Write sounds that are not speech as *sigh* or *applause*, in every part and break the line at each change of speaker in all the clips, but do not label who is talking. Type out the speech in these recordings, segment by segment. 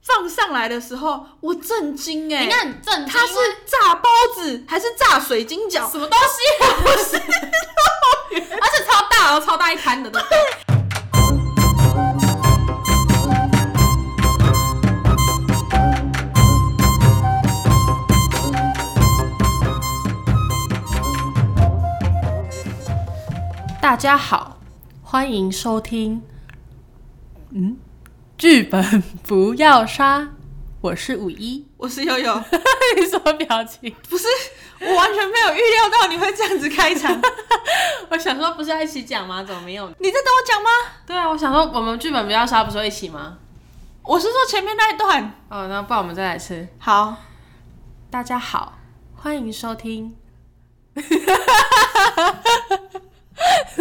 放上来的时候，我震惊哎、
你看很
啊
震惊，
它是炸包子还是炸水晶饺？
什么东
*laughs*
西、啊？不是， *laughs* 而且超大哦，超大一摊的都。
大家好，欢迎收听，嗯，剧本不要杀，我是五一。
我是悠悠，
你什么表情？
不是，我完全没有预料到你会这样子开场。
*laughs* 我想说不是要一起讲吗？怎么没有？
你在等我讲吗？
对啊，我想说我们剧本不要杀不是会一起吗？
我是说前面那一段。
哦，那不然我们再来一次。
好，
大家好，欢迎收听，
*laughs*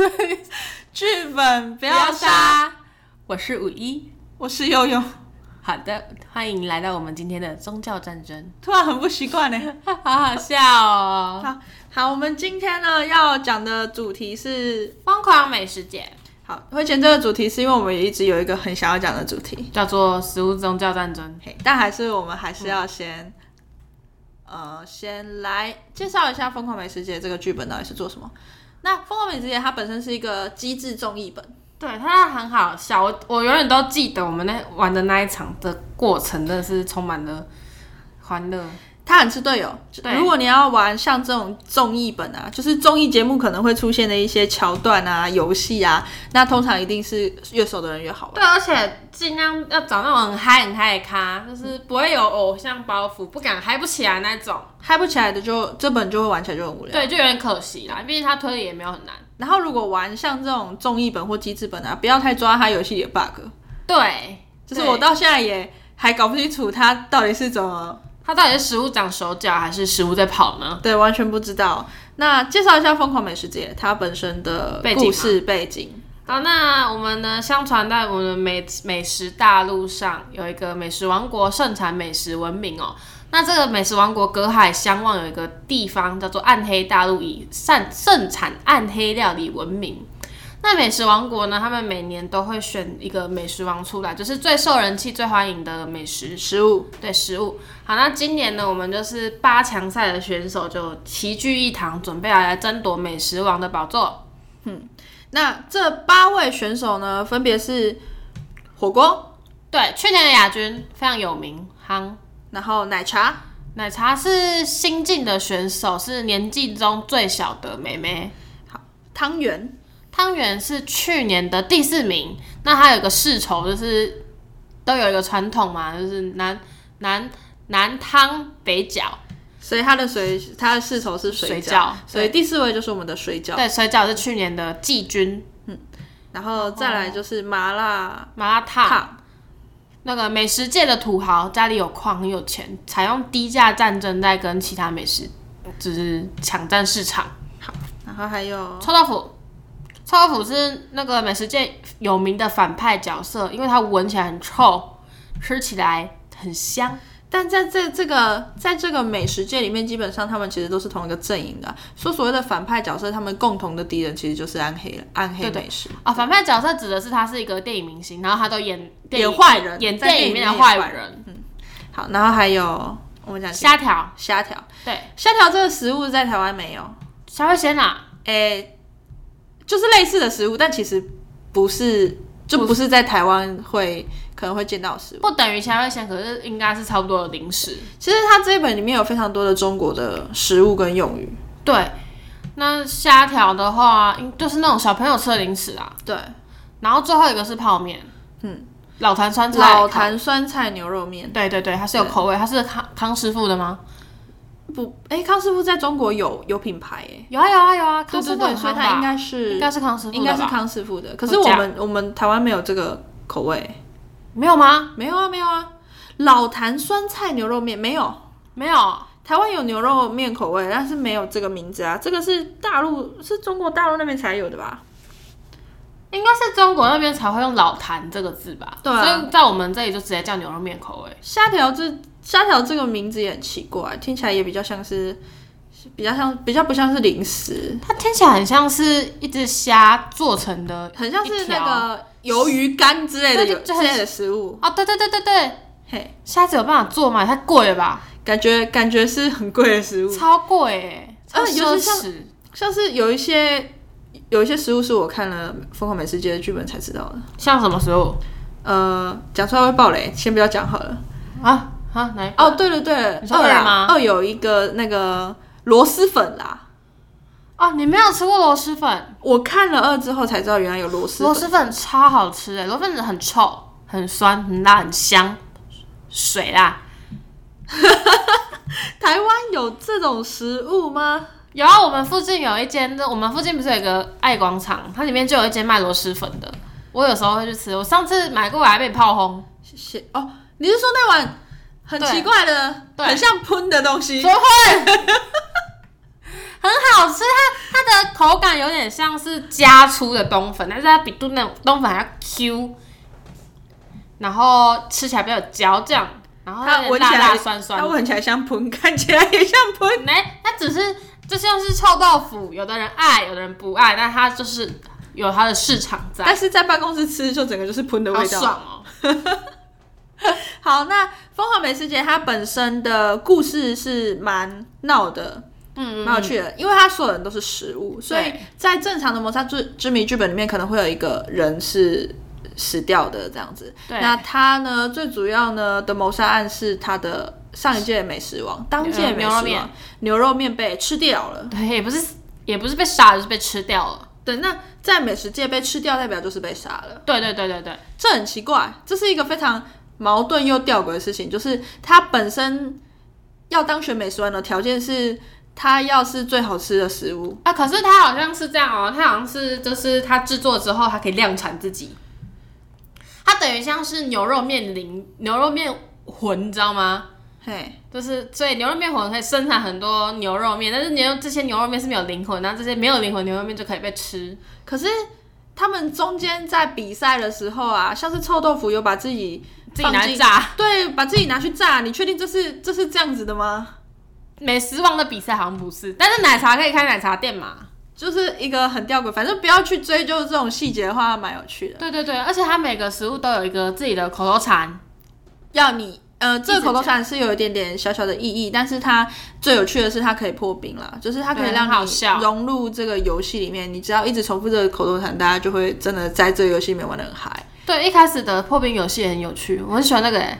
剧本不
不
要杀。，
我是五一。
我是悠悠，
好的，欢迎来到我们今天的宗教战争，
突然很不习惯欸
*laughs*
呢。
好好笑哦！
好好，我们今天呢要讲的主题是，
疯狂美食节
好，会选这个主题是因为我们也一直有一个很想要讲的主题。
叫做食物宗教战争。
嘿，但还是我们还是要先，呃，先来介绍一下《疯狂美食节》这个剧本到底是做什么。那《疯狂美食节》它本身是一个机制综艺本，
对，它很好笑，我我永远都记得我们那玩的那一场的过程，真的是充满了欢乐。
它很吃队友。
对
如果你要玩像这种综艺本啊，就是综艺节目可能会出现的一些桥段啊、游戏啊，那通常一定是越熟的人越好玩。
对，而且尽量要找那种很嗨很嗨的咖，就是不会有偶像包袱，不敢嗨不起来那种。
嗨不起来的就这本就会玩起来就很无聊。
对，就有点可惜啦，毕竟他推理也没有很难。
然后如果玩像这种综艺本或机制本啊，不要太抓它游戏里的 bug，
对，
就是我到现在也还搞不清楚它到底是怎么。
他到底是食物长手脚，还是食物在跑呢？
对，完全不知道。那介绍一下《疯狂美食节》它本身的
背景
故
吗
事背景。
好，那我们呢？相传在我们的美美食大陆上，有一个美食王国，盛产美食闻名哦。那这个美食王国隔海相望，有一个地方叫做暗黑大陆，以盛盛产暗黑料理闻名。那美食王国呢？他们每年都会选一个美食王出来，就是最受人气、最欢迎的美食
食物
对食物。好，那今年呢，我们就是八强赛的选手就齐聚一堂，准备要来争夺美食王的宝座。
那这八位选手呢，分别是火锅，
对，去年的亚军非常有名，夯。
然后奶茶，
奶茶是新晋的选手，是年纪中最小的妹妹。
汤圆，
汤圆是去年的第四名，那她有个世仇，就是都有一个传统嘛，就是南南南汤北饺，
所以它的水，它的世仇是水
水饺
所以第四位就是我们的水饺，
对，水饺是去年的季军
然后再
哦
来就是麻辣
麻辣烫。
烫，
那个美食界的土豪，家里有矿很有钱，采用低价战争在跟其他美食就是抢占市场。
然后还有
臭豆腐，臭豆腐是那个美食界有名的反派角色，因为它闻起来很臭，吃起来很香。
但在这这个在这个美食界里面，基本上他们其实都是同一个阵营的啊、说所谓的反派角色，他们共同的敌人其实就是暗黑了，暗黑
对对
美食。
啊、反派角色指的是他是一个电影明星，然后他都演电影
演坏人
演
在
电影
电
里面
影
的
里面
坏
演坏
人。
好，然后还有我们讲
虾条，
虾条，
对，
虾条这个食物在台湾没有，
虾味鲜啊啦，
啊诶、就是类似的食物，但其实不是，就不是在台湾会可能会见到的食物。
不等于虾味鲜，可是应该是差不多的零食。
其实它这一本里面有非常多的中国的食物跟用语，
对，那虾条的话，应就是那种小朋友吃的零食啊。
对，
然后最后一个是泡面，嗯，老坛酸菜，
老坛酸菜牛肉面
对对对，它是有口味，它是康康师傅的吗？
不，诶、康师傅在中国有有品牌诶、
有啊有啊有啊，康
对对
师傅
对，
很
所以
夯
它应
吧？
该是
应该是康师傅的吧，
应该是康师傅的，可是
我
我
家
们我们台湾没有这个口味，
没有吗？
没有啊没有啊，老坛酸菜牛肉面没有，
没有，
台湾有牛肉面口味，但是没有这个名字啊。这个是大陆，是中国大陆那边才有的吧？
应该是中国那边才会用老坛这个字吧？
对啊
所以在我们这里就直接叫牛肉面口味。
虾条这虾条这个名字也很奇怪，听起来也比较像是，比较像比较不像是零食，
它听起来很像是一只虾做成的，
很像是那个鱿鱼干之类的
对
有
就就
之
很
类的食物。
哦，对对对对对，
嘿，
虾子有办法做吗？也太贵了吧，
感觉感觉是很贵的食物，
超贵哎、超
呃
奢
尤其像
侈。
像是有一些有一些食物是我看了《疯狂美食街》的剧本才知道的。
像什么食物
呃，讲出来会爆雷，先不要讲好了。
啊啊？哪一
哦，对了对了
你，说
二
二
啦，
吗
二有一个那个螺蛳粉啦。
哦，你没有吃过螺蛳粉？
我看了二之后才知道，原来有螺蛳
螺
粉。
蛳粉超好吃哎，螺蛳粉很臭、很酸、很辣、很香，水辣。
台湾有这种食物吗？
有啊，我们附近有一间，我们附近不是有一个爱广场，它里面就有一间卖螺蛳粉的。我有时候会去吃，我上次买过来被炮轰，
谢谢哦，你是说那碗很
对
奇怪的、
对
很像喷的东西
怎？么会？很好吃，它它的口感有点像是加粗的冬粉，但是它比冬那种冬粉还要 Q，然后吃起来比较有嚼劲，然后
它
有
闻
点
起
辣
来
辣酸酸
它。闻起来像喷， *laughs* 看起来也像喷。
*laughs* 没，它只是就像是臭豆腐，有的人爱，有的人不爱，但它就是有它的市场在，
但是在办公室吃，就整个就是喷的
好
味道。
爽哦。
好，那《疯狂美食节》它本身的故事是蛮闹的，
嗯，
蛮有趣的，因为它所有人都是食物，所以
对
在正常的谋杀之之谜剧本里面，可能会有一个人是死掉的这样子。
对
那他呢，最主要呢的谋杀案是他的上一届美食王，当届美
嗯牛肉
食
面
王牛肉面被吃掉了。
对，也不是也不是被杀了，就是被吃掉了。
对，那在美食界被吃掉，代表就是被杀了。
对对对对对，
这很奇怪，这是一个非常矛盾又吊诡的事情，就是他本身要当选美食王的条件是，他要是最好吃的食物，
啊，可是它好像是这样哦，它好像是就是它制作之后，它可以量产自己，它等于像是牛肉面零牛肉面魂，你知道吗？
嘿，
就是所以牛肉面魂可以生产很多牛肉面，但是牛这些牛肉面是没有灵魂，那这些没有灵魂牛肉面就可以被吃。
可是。他们中间在比赛的时候啊，像是臭豆腐有把自己
自己拿
放
来
进
炸，
对，把自己拿去炸，你确定这是这是这样子的吗？
美食王的比赛好像不是，但是奶茶可以开奶茶店嘛？
就是一个很吊诡，反正不要去追究这种细节的话，蛮有趣的。
对对对，而且它每个食物都有一个自己的口头禅。
要你呃，这个
直
口头禅是有一点点小小的意义，但是它最有趣的是它可以破冰啦，就是它可以
对
让
很好笑
你融入这个游戏里面。你只要一直重复这个口头禅，大家就会真的在这个游戏里面玩的很嗨。
对，一开始的破冰游戏也很有趣，我很喜欢那个、欸。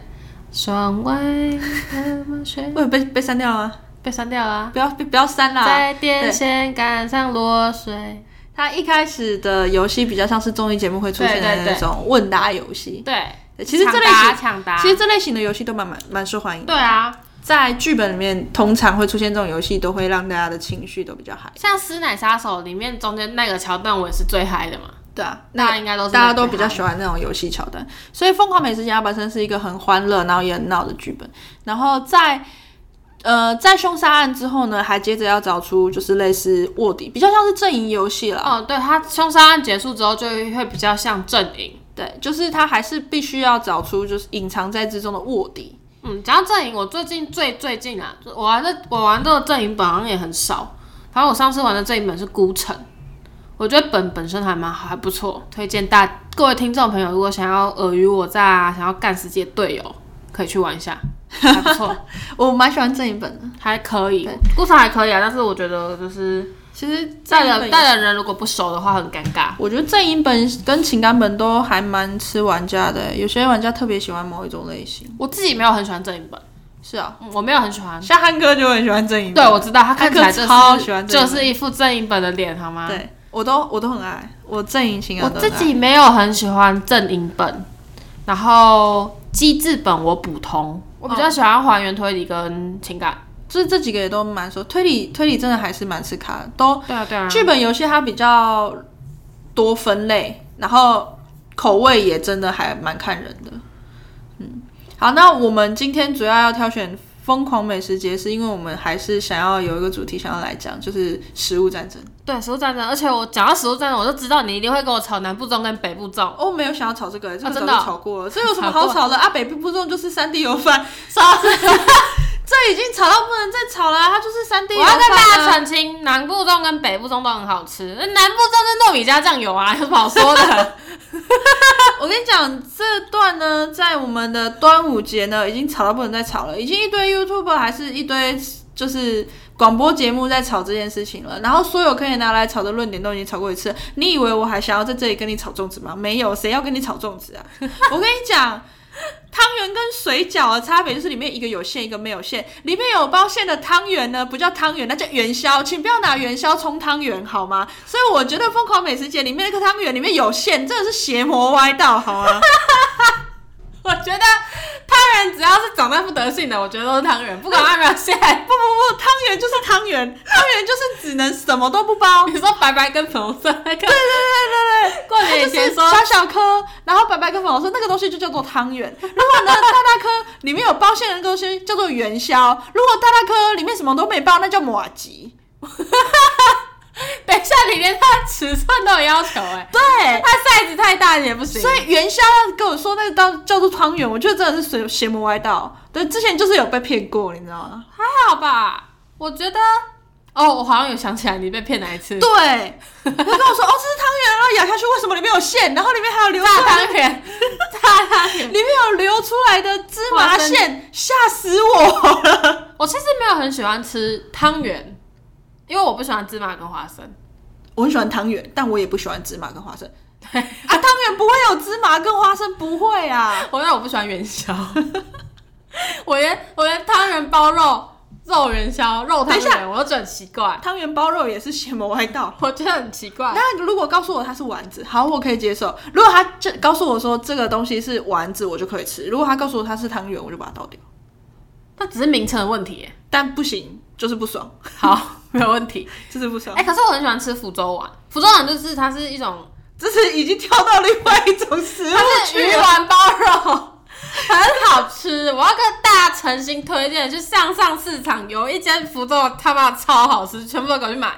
窗外的麻雀
喂，被被删掉了吗？
被删掉了啊、
不要不要删啦！
在电线杆上落水。
它一开始的游戏比较像是综艺节目会出现
对对
的
对
那种问答游戏。
对，
对其实这类
抢答
型，
抢答，啊
其实这类型的游戏都蛮蛮蛮受欢迎的。
对啊，
在剧本里面，通常会出现这种游戏，都会让大家的情绪都比较嗨。
像《师奶杀手》里面中间那个桥段，我也是最嗨的嘛。
对啊，
大
那
家应该都是
大家
那啊
都
种
比较喜欢那种游戏桥段，所以《疯狂美食家》本身是一个很欢乐，然后也很闹的剧本。然后在呃，在凶杀案之后呢，还接着要找出就是类似卧底，比较像是阵营游戏了。
哦，对，他凶杀案结束之后就会比较像阵营。
对，就是他还是必须要找出就是隐藏在之中的卧底。
嗯，讲到阵营，我最近最最近啊，我玩的我玩到的阵营本好像也很少。反正我上次玩的阵营本是孤城，我觉得本本身还蛮好，还不错，推荐大各位听众朋友，如果想要尔虞我诈、啊，想要干死自己的队友，可以去玩一下，还不 *laughs* 错，
我蛮喜欢阵营本的，
还可以，孤城还可以啊。但是我觉得就是
其实
带
在
了带了人如果不熟的话，很尴尬。
我觉得阵营本跟情感本都还蛮吃玩家的，欸有些玩家特别喜欢某一种类型。
我自己没有很喜欢阵营本，
是啊，
嗯，我没有很喜欢。
像汉哥就很喜欢阵营本。
对，我知道他看起来就是
他超喜欢阵
就
营本
是一副阵营本的脸，好吗？
对我都我都很爱，我阵营情
我
感都
自
很爱
己没有很喜欢阵营本，然后机制本我普通，我比较喜欢还原推理跟情感。
就是这几个也都蛮熟。推理推理真的还是蛮吃卡的，都
对啊，对啊
剧本游戏它比较多分类，然后口味也真的还蛮看人的。嗯，好，那我们今天主要要挑选。疯狂美食节是因为我们还是想要有一个主题想要来讲，就是食物战争。
对食物战争，而且我讲到食物战争，我就知道你一定会跟我吵南部粽跟北部粽，
哦，没有想要炒这个、这
哦
个早
真的哦 *laughs*
就炒过了，这有什么好炒的啊？北部不中就是三地油饭，
超
这 *laughs* 这已经吵到不能再吵了啊，它就是三 D
我要
油
跟大
饭
家
啊。
澄清，南部粽跟北部粽都很好吃。那南部粽是糯米加酱油啊，有什么好说的？ *laughs*
我跟你讲，这段呢，在我们的端午节呢，已经吵到不能再吵了，已经一堆 YouTube 还是一堆就是广播节目在吵这件事情了。然后所有可以拿来吵的论点都已经吵过一次了，你以为我还想要在这里跟你吵粽子吗？没有，谁要跟你吵粽子啊？我跟你讲。汤圆跟水饺的差别就是里面一个有馅，一个没有馅。里面有包馅的汤圆呢，不叫汤圆，那叫元宵。请不要拿元宵充汤圆，好吗？所以我觉得疯狂美食节里面那个汤圆里面有馅，真的是邪魔歪道，好吗？
我觉得汤圆只要是长那副德性的，我觉得都是汤圆，不管它有没有馅。
不不不，汤圆就是汤圆，汤圆就是只能什么都不包。
*laughs* 你说白白跟粉红色那个，对对对对对，过年以
就是
前说
小小颗，然后白白跟粉红色那个东西就叫做汤圆。如果呢大大颗里面有包馅的那个东西叫做元宵，如果大大颗里面什么都没包，那叫马吉。
等一下，你连它的尺寸都有要求哎、
对，
它 size 太大也不行。
所以元宵要跟我说那个叫叫做汤圆，我觉得真的是邪邪魔歪道。对，之前就是有被骗过，你知道吗？
还好吧，我觉得。哦，我好像有想起来你被骗哪一次，
对，他跟我说哦，这是汤圆，然后咬下去为什么里面有馅，然后里面还有流出
大
来
汤圆，大汤圆
里。面有流出来的芝麻
花生
馅，吓死我了！
*laughs* 我其实没有很喜欢吃汤圆，因为我不喜欢芝麻跟花生。
我很喜欢汤圆，但我也不喜欢芝麻跟花生。啊，汤圆不会有芝麻跟花生，不会啊！
我那我不喜欢元宵， *laughs* 我连我连汤圆包肉、肉元宵、肉汤
等一下
圆，我都觉得很奇怪，
汤圆包肉也是邪魔歪道。
我觉得很奇怪。
那如果告诉我它是丸子，好，我可以接受。如果他这告诉我说这个东西是丸子，我就可以吃；如果他告诉我它是汤圆，我就把它倒掉。
那只是名称的问题耶。
但不行，就是不爽，
好，没有问题。
就是不爽
哎、。可是我很喜欢吃福州丸，福州丸就是它是一种
这是已经跳到另外一种食 *laughs* 物
它是
去
鱼
了。
丸包肉，很好吃。我要跟大家诚心推荐，去上上市场有一间福州他妈超好吃，全部都给我去买。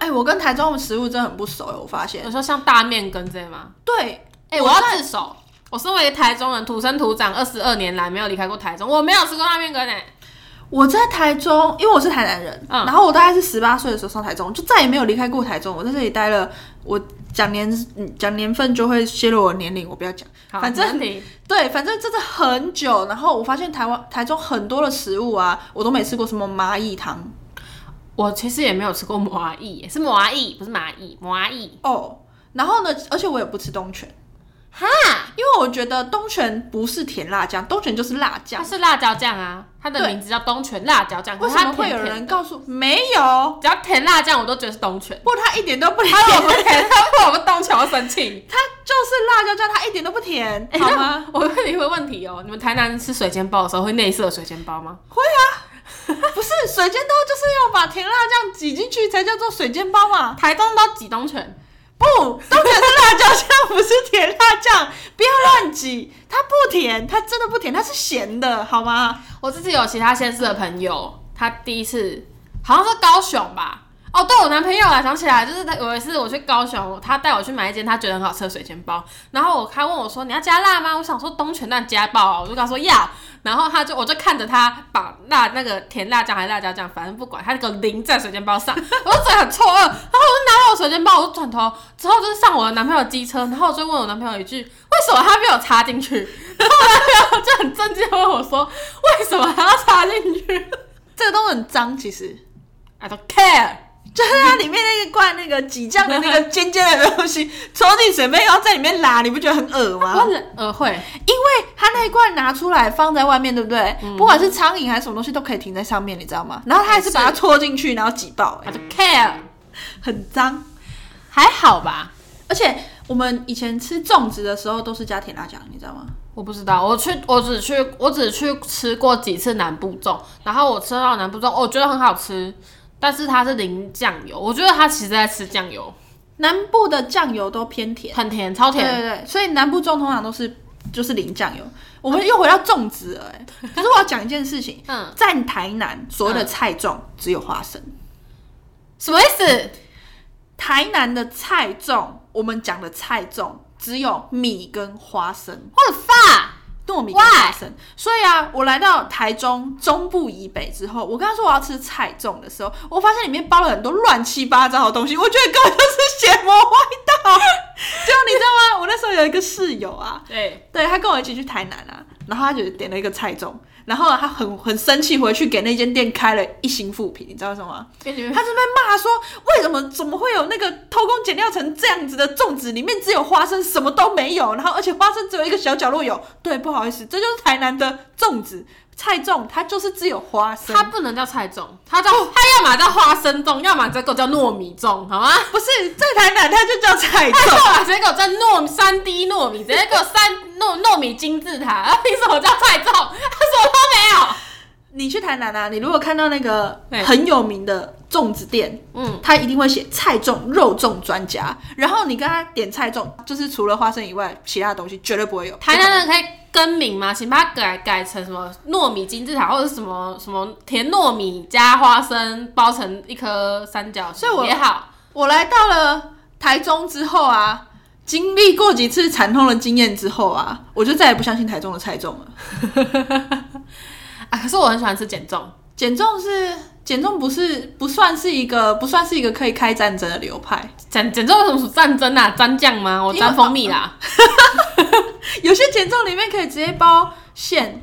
哎、我跟台中的食物真的很不熟，我发现
有。时候像大面羹这些吗？
对，
嗯哎、我要自首。我身为一个台中人，土生土长，二十二年来没有离开过台中，我没有吃过拉面羹哎诶。
我在台中，因为我是台南人，
嗯
然后我大概是十八岁的时候上台中，就再也没有离开过台中。我在这里待了，我讲年嗯讲年份就会泄露我的年龄，我不要讲。
好
反正
没问题
对，反正真的很久。然后我发现台湾台中很多的食物啊，我都没吃过，什么麻蚁汤
我其实也没有吃过麻蚁，是麻蚁，不是蚂蚁，麻蚁。
哦。然后呢，而且我也不吃东泉，
哈，
因为我觉得东泉不是甜辣酱，东泉就是辣
它
酱。
是辣椒酱啊，它的
对
名字叫东泉辣椒酱。可
为
是
什
它
么会
甜
有
甜
人
的
告诉没有？
只要甜辣酱，我都觉得是东泉。
不，它一点都不甜，
*laughs* 他
*laughs*
如果不甜，他如果不东泉，我生气。
它就是辣椒酱，它一点都不甜，好吗？
哎那我问你一个问题哦，你们台南吃水煎包的时候会内射水煎包吗？
不是水煎包，就是要把甜辣酱挤进去才叫做水煎包嘛？
台中都挤东泉，
不，都全是辣椒酱， *laughs* 不是甜辣酱，不要乱挤。它不甜，它真的不甜，它是咸的，好吗？
我这次有其他县市的朋友，他第一次好像是高雄吧。哦，对我男朋友啊，想起来，就是他有一次我去高雄，他带我去买一间他觉得很好吃的水煎包，然后我他问我说你要加辣吗？我想说东泉蛋加爆啊，我就跟他说要，然后他就我就看着他把辣那个甜辣酱还是辣椒酱，反正不管，他那个淋在水煎包上，我就觉得很错愕，然后我就拿到我水煎包，我就转头之后就是上我的男朋友的机车，然后我就问我男朋友一句，为什么他没有插进去？然后我 *laughs* 男朋友就很震惊地问我说，为什么还要插进去
这个都很脏，其实
？I don't care。
就是它里面那个罐那个挤酱的那个尖尖的东西，抽进水杯，然后在里面拉，你不觉得很恶
我
吗？
忍呃会，
因为哎它那一罐拿出来放在外面，对不对？不管是苍蝇还是什么东西，都可以停在上面，你知道吗？然后它还嗯是把它戳进去，然后挤爆、
I
哎
don't care，
很脏。
还好吧？
而且我们以前吃粽子的时候都是加甜辣酱，你知道吗？
我不知道，我去我只去我只去吃过几次南部粽，然后我吃到南部粽，我觉得很好吃，但是它是淋酱油，我觉得它其实在吃酱油，
南部的酱油都偏甜，
很甜，超
哦对
甜。
对对，所以南部粽通常都是就是淋酱油。我们又回到粽子了、欸，可是我要讲一件事情，
嗯，
在台南所谓的菜粽只有花生，
什么意思？
台南的菜粽，我们讲的菜粽只有米跟花生。
我的发，
对，糯米跟花生。所以啊，我来到台中中部以北之后，我跟他说我要吃菜粽的时候，我发现里面包了很多乱七八糟的东西，我觉得根本就是邪魔歪道。结果你知道吗？我那时候有一个室友啊，
对，
对他跟我一起去台南啊，然后他就点了一个菜粽，然后他很很生气，回去给那间店开了一星负评，你知道为什么吗？
跟你们
他就被骂说，为什么怎么会有那个偷工减料成这样子的粽子，里面只有花生，什么都没有，然后而且花生只有一个小角落有。对，不好意思，这就是台南的粽子菜粽，它就是只有花生。
它不能叫菜粽，它叫它要么叫花生粽，要么这个叫糯米粽，好吗？
不是在台南，它就叫 *laughs* 菜
他
粽。
后来直接给我叫糯米三 D 糯米，直接给我三糯糯米金字塔，他凭什么叫菜粽？他什么都
你去台南啊，你如果看到那个
对
很有名的粽子店，
没有。嗯，
他一定会写菜粽、肉粽专家。然后你跟他点菜粽，就是除了花生以外，其他东西绝对不会有。
台南人可以更名吗？请把它改改成什么糯米金字塔，或者是什么什么甜糯米加花生包成一颗三角
所
形
以我
也
*laughs*
好。
我来到了台中之后啊，经历过几次惨痛的经验之后啊，我就再也不相信台中的菜粽了。
啊，可是我很喜欢吃减重，
减重是减重，不是不算是一个不算是一个可以开战争的流派。
减减重有什么战争啊？沾酱吗？我沾蜂蜜啦，
有些减重里面可以直接包馅，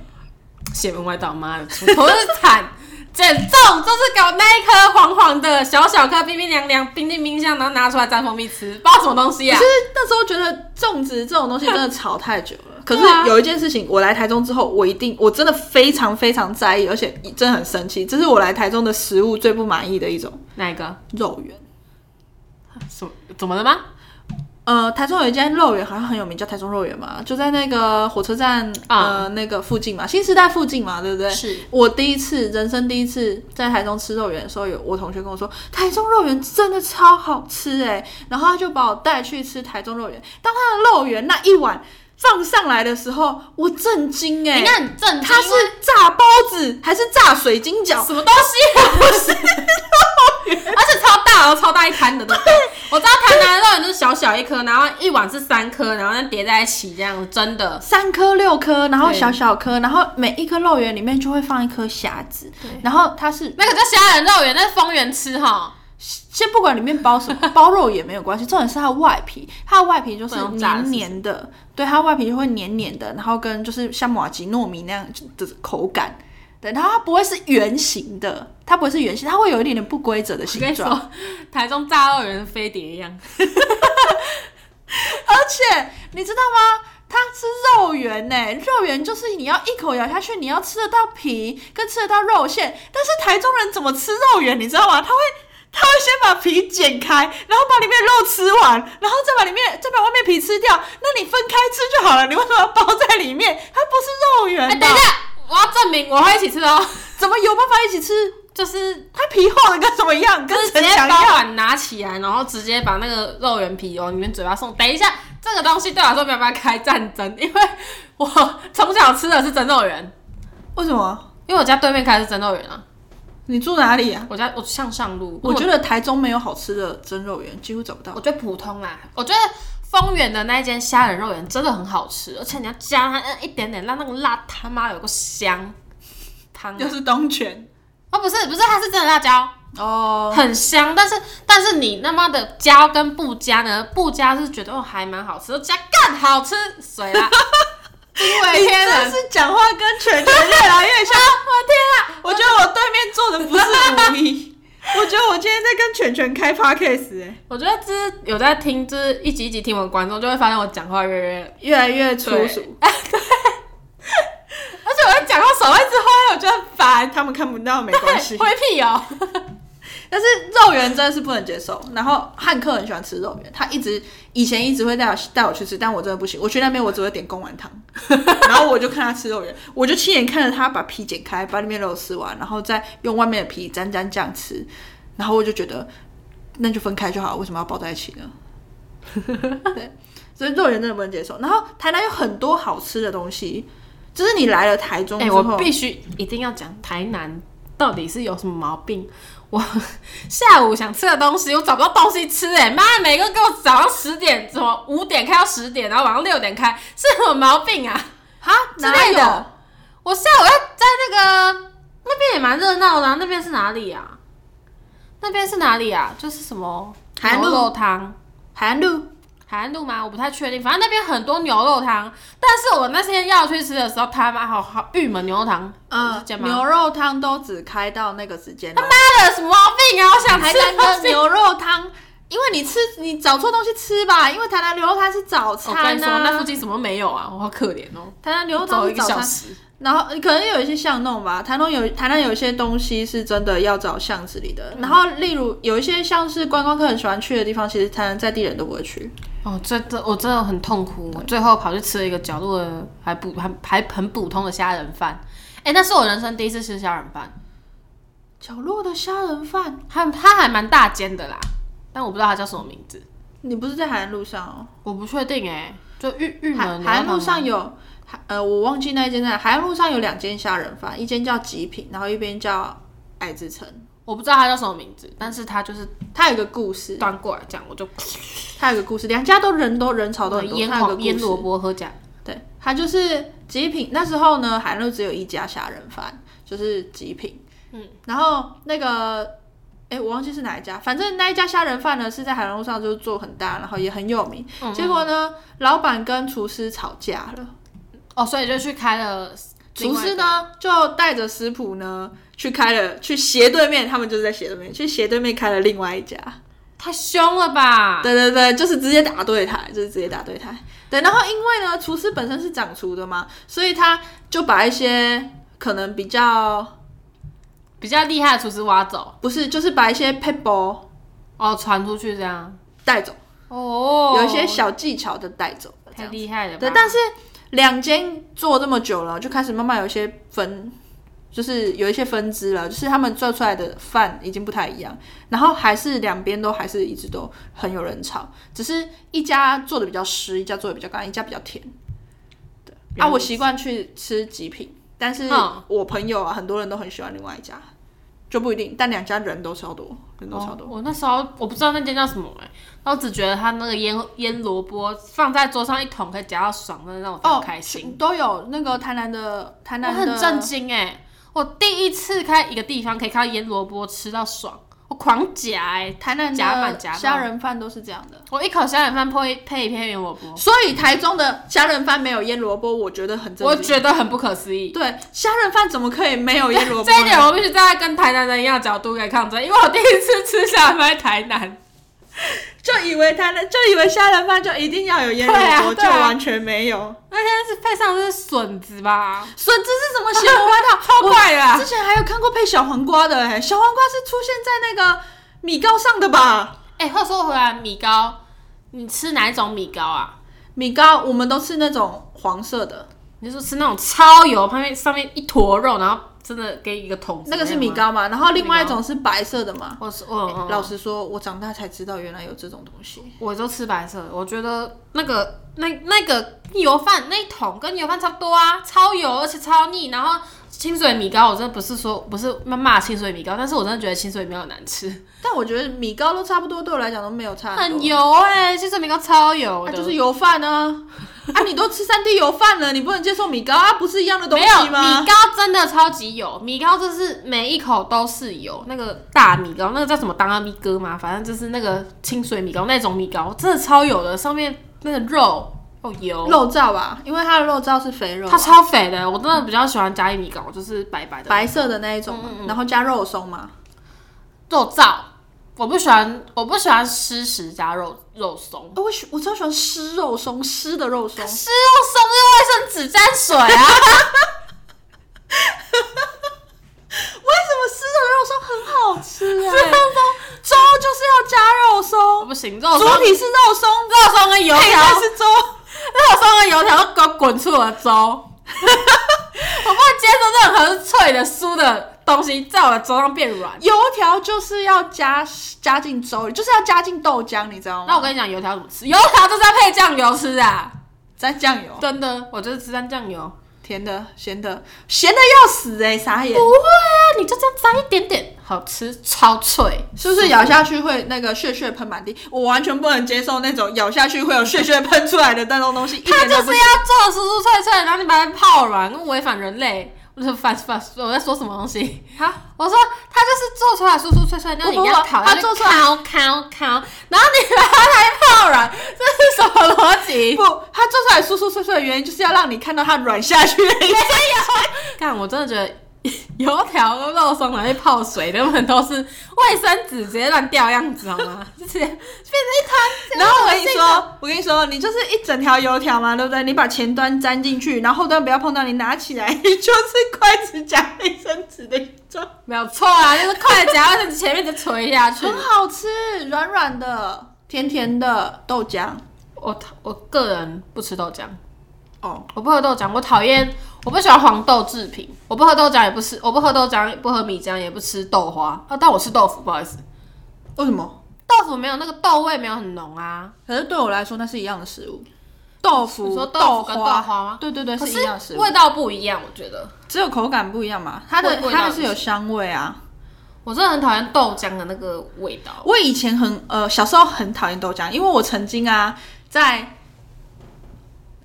邪门歪倒，妈的，头是惨。减重就是搞那一颗黄黄的、小小颗、冰冰凉凉、冰进冰箱，然后拿出来沾蜂蜜吃，不知道什么东西
其
啊
实？那时候觉得粽子这种东西真的炒太久了。可是
对啊
有一件事情，我来台中之后，我一定我真的非常非常在意，而且真的很生气。这是我来台中的食物最不满意的一种
哪一个？
肉圆。
什么？怎么了吗？
呃，台中有一间肉圆，好像很有名，叫台中肉圆嘛，就在那个火车站、
啊
呃那个附近嘛，新时代附近嘛，对不对？
是
我第一次人生第一次在台中吃肉圆的时候，有我同学跟我说，台中肉圆真的超好吃哎、然后他就把我带去吃台中肉圆。当他的肉圆那一碗放上来的时候，我震惊哎、
你看很正，
它是炸包子还是炸水晶饺？
什么东西、啊？而且超大哦，超大一摊的都。我知道台南的肉圆就是小小一颗，然后一碗是三颗，然后再叠在一起这样，真的。
三颗六颗，然后
对
小小颗，然后每一颗肉圆里面就会放一颗虾子，然后它是
那个叫虾仁肉圆，那是丰原吃哈。
先不管里面包什
*laughs*
么，包肉也没有关系，重点是它的外皮，它的外皮就是
不能炸
黏黏的，对，它的外皮就会黏黏的，然后跟就是像马吉糯米那样的口感，对，然后它不会是圆形的，它不会是圆形，它会有一点点不规则的
我跟
形
你
状，
说，台中炸肉圆跟飞碟一样，
而且你知道吗？它是肉圆呢、肉圆就是你要一口咬下去，你要吃得到皮跟吃得到肉馅，但是台中人怎么吃肉圆，你知道吗？他会。他会先把皮剪开，然后把里面肉吃完，然后再把里面再把外面皮吃掉。那你分开吃就好了，你为什么要包在里面？它不是肉圆
哎、
的，
等一下，我要证明我会一起吃哦，
怎么有办法一起吃？
就是
它皮厚的跟什么样？跟
就是直
城
接
墙一
把
样。
碗拿起来，然后直接把那个肉圆皮往你们嘴巴送。等一下，这个东西对我来说没有办法开战争，因为我从小吃的是真肉圆，
*laughs* 为什么？
因为我家对面开的是真肉圆啊，
你住哪里啊？
我家我向上路，
我觉得台中没有好吃的蒸肉圆，几乎找不到
我。觉得普通啦，我觉得丰原的那一间虾仁肉圆真的很好吃，而且你要加它嗯一点点辣，那个辣他妈有个香汤啊，
是东泉
哦不是不是，它是真的辣椒，
哦，
很香，但是但是你他妈的加跟不加呢？不加是觉得哦还蛮好吃，加干好吃，水啦，惊为
你
天
真的
人。
是讲话跟全 *laughs* 球 *laughs* 越来
*laughs*
越像。我天啊！我觉得我对面坐的不是五一，我觉得我今天在跟全全开 podcast 哎、
我觉得就是有在听，就是一集一集听我的观众就会发现我讲话越来越，
越来越粗
对
俗。
而且我在讲话手会一直挥，我觉得很烦，
啊他们看不到没关 *laughs* 系，
挥屁哦。
但是肉圆真的是不能接受。然后汉克很喜欢吃肉圆，他一直以前一直会带我带我去吃，但我真的不行。我去那边我只会点公丸汤， *laughs* 然后我就看他吃肉圆，我就亲眼看着他把皮剪开，把里面肉吃完，然后再用外面的皮沾沾酱吃，然后我就觉得那就分开就好，为什么要包在一起呢？ *laughs* 对，所以肉圆真的不能接受。然后台南有很多好吃的东西，就是你来了台中
哎、
之后，
我必须一定要讲台南到底是有什么毛病。我 *laughs* 下午想吃的东西，我找不到东西吃、哎，妈，每个给我早上十点，怎么五点开到十点，然后晚上六点开，是什么毛病啊？哈之
哪有
类的。我下午要在那个那边也蛮热闹的、啊，那边是哪里啊？那边是哪里啊？就是什么
海岸路
牛肉汤，
海岸路
海岸路吗？我不太确定，反正那边很多牛肉汤。但是我那天要去吃的时候，他妈好好玉门牛肉汤，
嗯
是这，样吗
牛肉汤都只开到那个时间哦，
妈的什么毛病啊！我想
台
吃
南
*laughs* 东
的
西。
牛肉汤，因为你吃你找错东西吃吧，因为台南牛肉汤是早
我
餐啊，
跟你说，那附近什么没有啊？我好可怜哦，
台南牛肉
走
汤
了
是
一个
早
小
餐，
时。
然后可能有一些巷弄吧，台东有台南有一些东西是真的要找巷子里
嗯
的，然后例如有一些像是观光客很喜欢去的地方，其实台南在地人都不会去。
哦，真的，我真的很痛苦。我最后跑去吃了一个角落的，还不还还很普通的虾仁饭。哎、那是我人生第一次吃虾仁饭，
角落的虾仁饭，
它它还蛮大间的啦，但我不知道它叫什么名字，
你不是在海岸路上哦？
我不确定哎、就玉玉
海
门
海岸
牛
路
肉汤
上有，海呃，我忘记那一间在哪海岸路上有两间虾仁饭，一间叫极品，然后一边叫爱之城。
我不知道它叫什么名字，但是它就是
它有一个故事，
端过来这样，我就
它有一个故事，两家都人都人潮都很多，
腌
它有个
黄
故
腌
事
萝卜喝酱，
对，它就是极品。那时候呢，海陆只有一家虾仁饭，就是极品。嗯，然后那个，哎、我忘记是哪一家，反正那一家虾仁饭呢是在海岸路上就是做很大，然后也很有名。结果呢，老板跟厨师吵架了，
哦，所以就去开了另
厨
外一
师
个
呢就带着食谱呢去开了去斜对面，他们就是在斜对面，去斜对面开了另外一家。
太凶了吧？
对对对，就是直接打对台，就是直接打对台。对，然后因为呢，厨师本身是掌厨的嘛，所以他就把一些可能比较
比较厉害的厨师挖走，
不是，就是把一些 p e b b l
哦，传出去这样，
带走，
哦，
有一些小技巧的带走。这
太
样
厉害了吧？
对，但是两间做这么久了，就开始慢慢有一些分，就是有一些分支了，就是他们做出来的饭已经不太一样，然后还是两边都还是一直都很有人吵，只是一家做的比较湿，一家做的比较干，一家比较甜。对啊，
原
我习惯去吃极品，但是
嗯
我朋友啊，很多人都很喜欢另外一家，就不一定，但两家人都超多，人都超多。
哦我那时候我不知道那间叫什么哎、然后只觉得它那个腌腌萝卜放在桌上一桶可以夹到爽，真的让我非常开心。
哦都有那个台南的台
我
南的，
很震惊哎、我第一次开一个地方可以看到腌萝卜吃到爽，我狂夹哎、
台南
夹板
的
夹
虾
饭
仁饭都是这样的。
我一口虾仁饭配配一片腌萝卜，
所以台中的虾仁饭没有腌萝卜，我觉得很震惊。
我觉得很不可思议。
对虾仁饭怎么可以没有腌萝卜呢？
这一点我必须站在跟台南人一样的角度来抗争，因为我第一次吃虾仁饭在台南，
就以为台南就以为虾仁饭就一定要有腌萝
对
卜，
啊对啊
就完全没有。
那天是配上的是笋子吧，
笋子是什么小黄瓜
超怪的
*laughs*
啊
之前还有看过配小黄瓜的哎、小黄瓜是出现在那个米糕上的吧？
哎、话说回来，米糕，你吃哪一种米糕啊？
米糕我们都吃那种黄色的，
你是说吃那种超油，旁边上面一坨肉，然后真的给一个桶子
那个是
样吗
米。糕哦嘛，然后另外一种是白色的嘛。
我是我、嗯
老实说，我长大才知道原来有这种东西。
我都吃白色的，我觉得那个那那个油饭那一桶跟油饭差不多啊，超油而且超腻。然后清水米糕，我真的不是说不是骂清水米糕，但是我真的觉得清水米糕很难吃，
但我觉得米糕都差不多，对我来讲都没有差多
很油哎、清水米糕超油
啊，
的，
就是油饭 *laughs* 啊！啊，你都吃三 D 油饭了，你不能接受米糕啊？不是一样的东
没
西
有
吗？
米糕真的超级油，米糕就是每一口都是油。那个大米糕，那个叫什么当阿米哥嘛，反正就是那个清水米糕那种米糕，真的超油的，上面那个肉哦油，
肉燥吧，因为它的肉燥是肥肉啊，
它超肥的。我真的比较喜欢嘉义米糕，就是白白的
白色的那一种嘛，然后加肉松嘛。
肉燥。我不喜欢，我不喜欢湿食加肉肉松，
哦、我喜我超喜欢湿肉松，湿的肉松，
*laughs* 湿肉松是卫生纸沾水啊。
为什么湿的肉松很好吃啊？肉松粥就是要加肉
*laughs* 我
松，
不行，肉松哎
主体是肉松，
肉松跟油 *laughs*
配
条
菜是粥。
肉松的油条都给我滚出我的粥， *laughs* 我不能接受任何是脆的、酥的东西在我的粥上变软。
油条就是要加加进粥里，就是要加进豆浆，你知道吗？
那我跟你讲，油条怎么吃？油条就是要配酱油吃啊！
沾酱油，
真的，我就是吃蘸酱油。
甜的、咸的，咸的要死哎、傻眼！
那啊你就这样沾一点点，好吃，超脆。啊
是不是咬下去会那个血血喷满地？我完全不能接受那种咬下去会有血血喷出来的那种东西，一
它
点
就
都
是要
不
做的酥酥脆脆，然后你把它泡软，那违反人类。我说反反，我在说什么东西？
哈，
我说它就是做出来酥酥脆脆，那你
不不
要烤，
它做出来
烤烤烤，然后你把它来泡软，这是什么逻辑？ *laughs*
不，它做出来酥酥脆脆的原因就是要让你看到它软下 *laughs* 去的一瞬
干，我真的觉得油条跟肉松拿去泡水，根本都是卫生纸直接乱掉样子，好
*laughs*
吗？就直接变成一滩。
间。然后我跟你说，我跟你说，你就是一整条油条嘛，对不对？你把前端粘进去，然后后端不要碰到，你拿起来 *laughs* 就是筷子夹卫生纸的一种，
没有错啊，就是筷子夹卫生纸前面就垂下去。
很好吃，软软的，甜甜的豆浆。
我我个人不吃豆浆，
哦，
我不喝豆浆，我讨厌，我不喜欢黄豆制品，我不喝豆浆，也不吃，我不喝豆浆，不喝米浆，也不吃豆花啊，但我吃豆腐，不好意思，
为什么？
豆腐没有那个豆味，没有很浓啊。
可是对我来说，那是一样的食物。豆腐、
你说豆腐跟
花
豆花吗
对对对，
可
是一样的食物，
味道不一样，我觉得
只有口感不一样嘛。它的
味味道
它的
不
是有香味啊。
我真的很讨厌豆浆的那个味道。
我以前很呃小时候很讨厌豆浆，因为我曾经啊在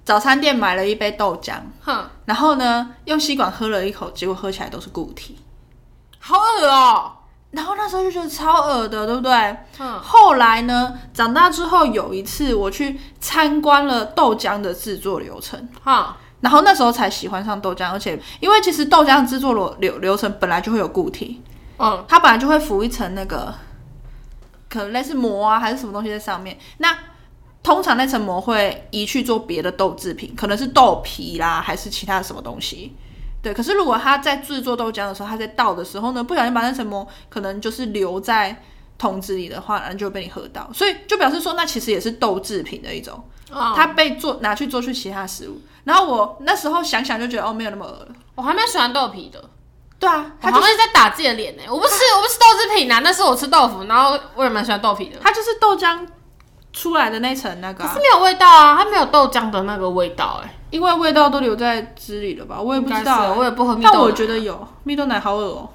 早餐店买了一杯豆浆，
哼，
然后呢用吸管喝了一口，结果喝起来都是固体，
好恶哦、
然后那时候就觉得超恶的，对不对？
哼，
后来呢，长大之后有一次我去参观了豆浆的制作流程。
哼，
然后那时候才喜欢上豆浆，而且因为其实豆浆的制作流流流程本来就会有固体，
嗯，
它本来就会浮一层那个，可能类似膜啊还是什么东西在上面。那通常那层膜会移去做别的豆制品，可能是豆皮啦，还是其他什么东西。对，可是如果它在制作豆浆的时候，它在倒的时候呢，不小心把那层膜可能就是留在桶子里的话，然后就会被你喝到，所以就表示说那其实也是豆制品的一种。
哦
它被做拿去做去其他食物。然后我那时候想想就觉得哦，没有那么恶了。
我还蛮喜欢豆皮的，
对啊，
我
它
好
就是
像是在打自己的脸呢、我 *laughs* 不吃，我不吃豆制品啊，但是我吃豆腐，然后我也蛮喜欢豆皮的。
它就是豆浆出来的那层那个
可
啊、
是没有味道啊，它没有豆浆的那个味道哎、
因为味道都留在汁里了吧？我也不知道啊、
应该是我也不喝哎蜜豆奶
但我觉得有蜜豆奶好恶哦、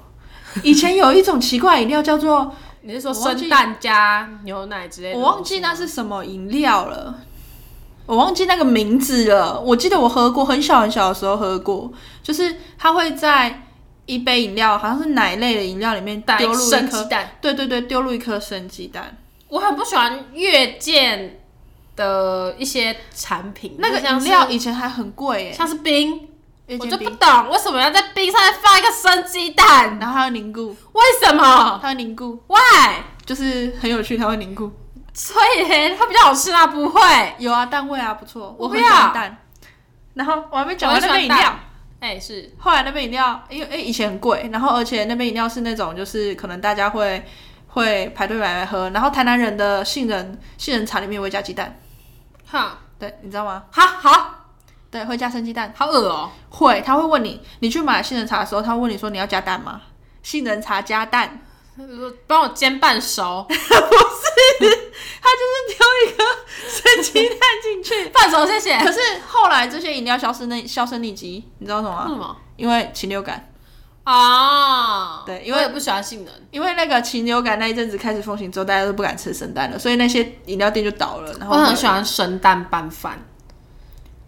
以前有一种奇怪饮料叫做
你是说
我忘记
生蛋加牛奶 *laughs* 之类的？啊
我忘记那是什么饮料了，我忘记那个名字了。我记得我喝过，很小很小的时候喝过，就是它会在一杯饮料，好像是奶类的饮料里面
蛋
丢入一
生鸡
颗，
蛋。
对对对，丢入一颗生鸡蛋。
我很不喜欢月见的一些产品，
那个
就像
饮
是
料以前还很贵耶，
像是冰，
月
我
见
就不
冰，
懂为什么要在冰上面放一个生鸡蛋，
然后还有凝固，哦
为什么
它会凝固，
？Why？
就是很有趣，它会凝固。
所以嘞它比较好吃啊，不会。
有啊，蛋味啊，不错，我
我不
很喜欢
要
蛋。然后我还没讲
我
完
很
那
喜欢
杯饮料
蛋，哎、是
后来那杯饮料，因为哎、以前很贵，然后而且那杯饮料是那种就是可能大家会会排队买来喝，然后台南人的杏仁杏仁茶里面会加鸡蛋，
哈，
对，你知道吗？
好好
对，会加生鸡蛋，
好恶哦、
会，他会问你，你去买杏仁茶的时候，他会问你说你要加蛋吗？杏仁茶加蛋，
帮我煎
*laughs*
半熟，
他就是丢一个生鸡蛋进去。
*laughs* 半熟谢谢。
可是后来这些饮料消失那销声匿迹，你知道什么
为
吗？
什么
因为禽流感，
啊？
对因为
我也不喜欢杏仁。
因为那个禽流感那一阵子开始风行之后，大家都不敢吃生蛋了，所以那些饮料店就倒了。然
我
后
很喜欢生蛋拌饭，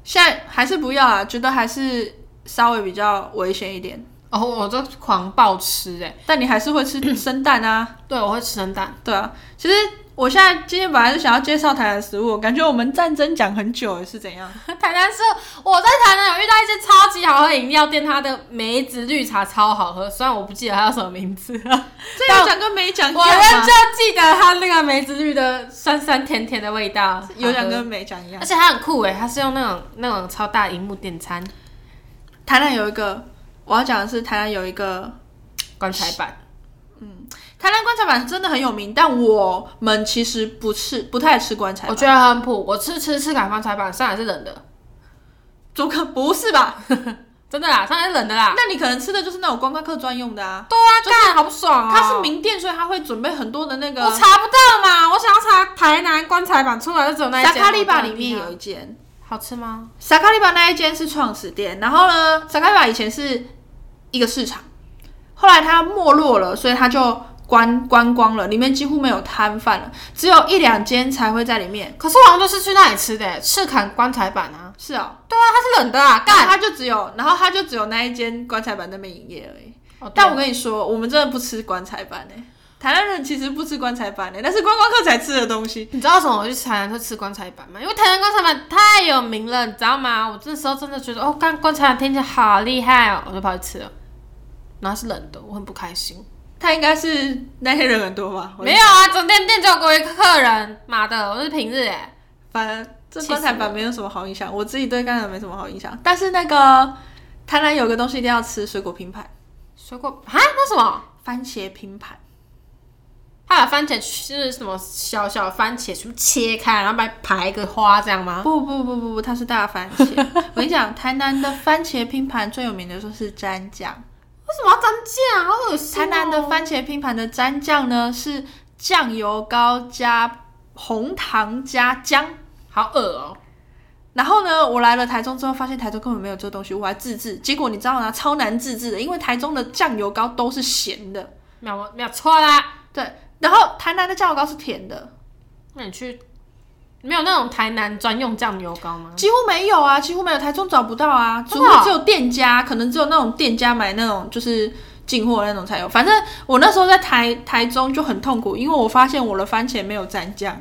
现在还是不要啊，觉得还是稍微比较危险一点。
哦，我就狂暴吃哎、
但你还是会吃生蛋 *coughs* 啊，
对，我会吃生蛋。 *laughs*
对啊。其实我现在今天本来是想要介绍台南食物，感觉我们战争讲很久了是怎样？
台南是我在台南有遇到一间超级好喝的饮料店，它的梅子绿茶超好喝，虽然我不记得它叫什么名字了，
这有讲跟没
*laughs*
讲一
我
样
仍
吗？
旧记得它那个梅子绿的酸酸甜甜的味道，
有讲跟
个，
没讲一样
而。且它很酷诶，欸它是用那种那种超大荧幕点餐
嗯台南有一个，我要讲的是台南有一个
棺材板，
台南棺材板真的很有名，但我们其实不吃，不太吃棺材
我
板。
觉得很普，我吃吃吃感棺材板，上海是冷的，
怎么可不是吧？
真的啦，上海是冷的啦，
那你可能吃的就是那种观光客专用的啊。
对啊，干好不爽啊、
它是名店，所以它会准备很多的那
我
个。
查不到嘛，我想要查台南棺材板出来就只有那一
沙
间，
卡利巴里
我
面
到
有一间，
好吃吗？
萨卡利巴那一间是创始店，然后呢，萨卡利巴以前是一个市场，后来它没落了，所以它就关关光了，里面几乎没有摊贩了，只有一两间才会在里面。
可是我好像就是去那里吃的耶，赤坎棺材板啊。
是哦，
对啊，它是冷的啊，
但
干。
它就只有，然后它就只有那一间棺材板那边营业而已。
哦
但我跟你说，我们真的不吃棺材板呢、台湾人其实不吃棺材板呢、那是观光客才吃的东西。
你知道为什么我去台南会吃棺材板吗？因为台南棺材板太有名了，你知道吗？我那时候真的觉得，哦，干棺材板听起来好厉害哦，我就跑去吃了。然后是冷的，我很不开心。
它应该是那天人很多吧？我
没有啊，整店店只有我一个客人，妈的，我是平日哎。
反正这
气
棺
死
材板没有什么好印象，我自己对棺材板没什么好印象。但是那个台南有个东西一定要吃，水果拼盘，
水果啊？那什么？
番茄拼盘，
他把番茄是什么小小的番茄全部切开，然后把它排一个花这样吗？
不不不不不，它是大番
*laughs*
茄。我跟你讲，台南的番茄拼盘最有名的就是蘸酱，
为什么要沾酱？啊好恶心、哦
台南的，番茄拼盘的蘸酱呢是酱油膏加红糖加姜。
好恶哦、
然后呢，我来了台中之后，发现台中根本没有这东西，我还自制。结果你知道吗？超难自制的，因为台中的酱油膏都是咸的，
没有没有错啦。
对。然后台南的酱油膏是甜的，
那你去没有那种台南专用酱油膏吗？
几乎没有啊，几乎没有，台中找不到啊，几
嗯真
乎
的哦
只有店家，可能只有那种店家买那种就是进货的那种才有。反正我那时候在台台中就很痛苦，因为我发现我的番茄没有蘸酱。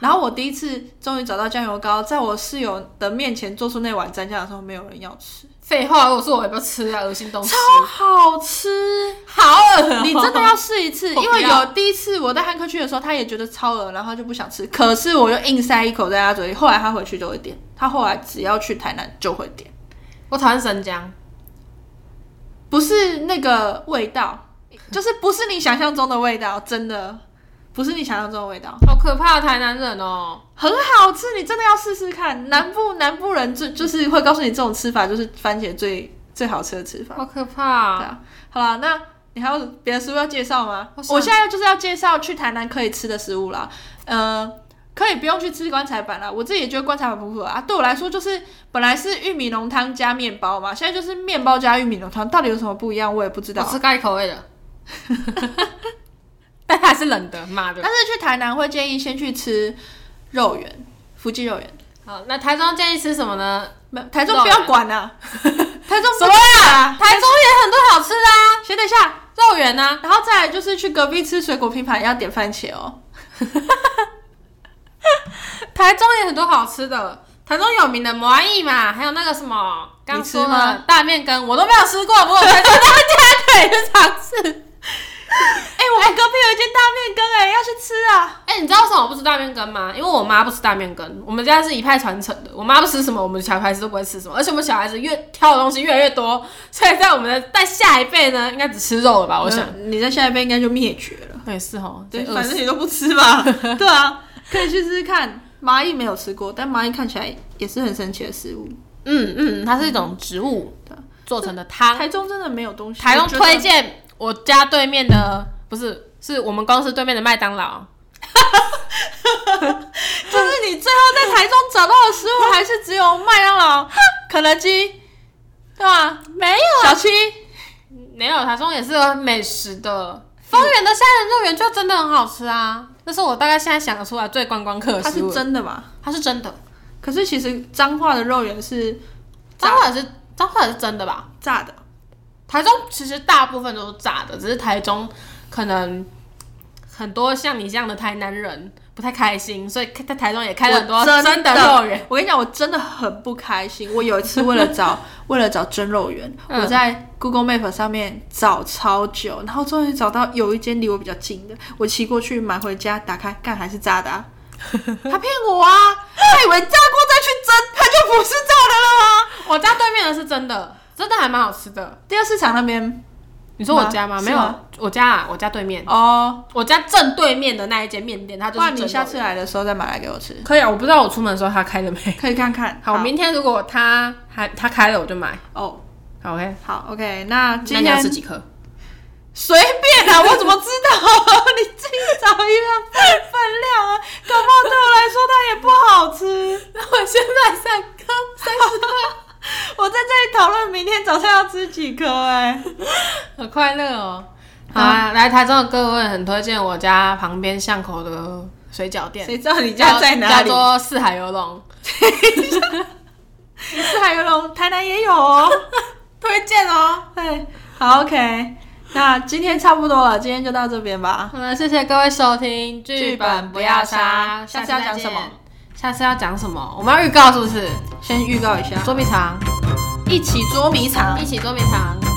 然后我第一次终于找到酱油膏，在我室友的面前做出那碗蘸酱的时候，没有人要吃，
废话，我说我也不要吃啊，恶心东西，
超好吃。
好恶、 *laughs*
你真的要试一次，
我不
因为有
要
第一次我在汉克去的时候，他也觉得超恶，然后就不想吃。可是我又硬塞一口在他嘴里，后来他回去就会点，他后来只要去台南就会点，
我讨厌生姜，
不是那个味道，就是不是你想象中的味道，真的不是你想象中的味道，
好可怕的台南人哦、
很好吃，你真的要试试看。南部南部人就就是会告诉你这种吃法就是番茄最最好吃的吃法。
好可怕、
对啊，好了，那你还有别的食物要介绍吗？
我想
我现在就是要介绍去台南可以吃的食物啦。嗯、可以不用去吃棺材板啦，我自己也觉得棺材板普普啊。对我来说，就是本来是玉米浓汤加面包嘛，现在就是面包加玉米浓汤，到底有什么不一样，我也不知道
我。吃咖喱口味的， *laughs* 但它还是冷的，妈的
但。是去台南会建议先去吃肉圆，福记肉圆。
好，那台中建议吃什么呢？ *laughs*
没有台中
肉
不
圆
要管啊，台中
什
不啊
么
啦？
台中也很多好吃的啊，
先等一下，
肉圆啊，
然后再来就是去隔壁吃水果拼盘，要点番茄哦。
台中也很多好吃的，台中有名的麻蚁嘛，还有那个什么刚说
你吃吗
的大面羹，我都没有吃过，不过我
*laughs*
台中他们家可以去尝试。
哎、我们隔壁有一间大面羹，哎，要去吃啊！
哎、你知道为什么我不吃大面羹吗？因为我妈不吃大面羹，我们家是一派传承的，我妈不吃什么，我们小孩子都不会吃什么，而且我们小孩子越挑的东西越来越多，所以在我们的在下一辈呢，应该只吃肉了吧？我想，
你在下一杯应该就灭绝了。
也是哦，
嗯对，
真
反
恶心
正你都不吃嘛。对啊， *laughs* 可以去试试看。蚂蚁没有吃过，但蚂蚁看起来也是很神奇的食物。
*laughs* 嗯嗯，它是一种植物
对
做成的汤，
台中真的没有东西，
啊台中
我觉得
推荐我家对面的，不是，是我们公司对面的麦当劳。
就是你最后在台中找到的食
*laughs*
物，还是只有麦当劳、肯德基，对吧？
没有，
小七，
没有，台中也是有美食的。丰原的虾仁肉圆就真的很好吃啊，那是我大概现在想得出来最观光客的
它
食
是
物。
真的嘛？
它是真的，
可是其实彰化的肉圆是
彰化也是彰化也是真的吧？
炸的，
台中其实大部分都是炸的，只是台中可能很多像你这样的台南人不太开心，所以在台中也开了很多
我真
真的肉圆。。
我跟你讲，我真的很不开心。我有一次为了
*laughs*
找为了找真肉圆，
嗯
我在 Google Map 上面找超久，然后终于找到有一间离我比较近的，我骑过去买回家，打开干还是炸的、
*laughs*
啊。他骗我啊！他以为炸过再去蒸，他就不是炸的了啊吗？
我家对面的是真的，真的还蛮好吃的。
第二市场那边
你说我家吗？
吗
没
是
有
吗，
我家啊，我家对面，
哦，
我家正对面的那一间面店，它就
不
是
然
正
你
楼
下次来的时候再买来给我吃，
可以啊。我不知道我出门的时候它开了没。 *laughs*
可以看看。
好，明天如果它还它开了，我就买。
哦，
好，OK。
好，OK，那
那
今
你要
天
吃几颗？
随便啊，我怎么知道？ *laughs* 你自己找一份分量啊，搞不好对我来说它也不好吃。
那 *laughs* 我现在三颗三十颗，
*laughs* 我在这里讨论明天早上要吃几颗哎、
好快乐哦！好啊，来台中的各位很推荐我家旁边巷口的水饺店，
谁知道你家在哪里
叫？做四海游龙，
四海游龙，台南也有 *laughs* 哦。
推荐哦。
哎，好 OK，那今天差不多了，今天就到这边吧。
好了，谢谢各位收听，剧本不要杀。
下次
再
要讲
见
什么？
下次要讲什么？我们要预告是不是？
先预告一下，
捉迷藏，
一起捉迷藏
一。起捉迷藏。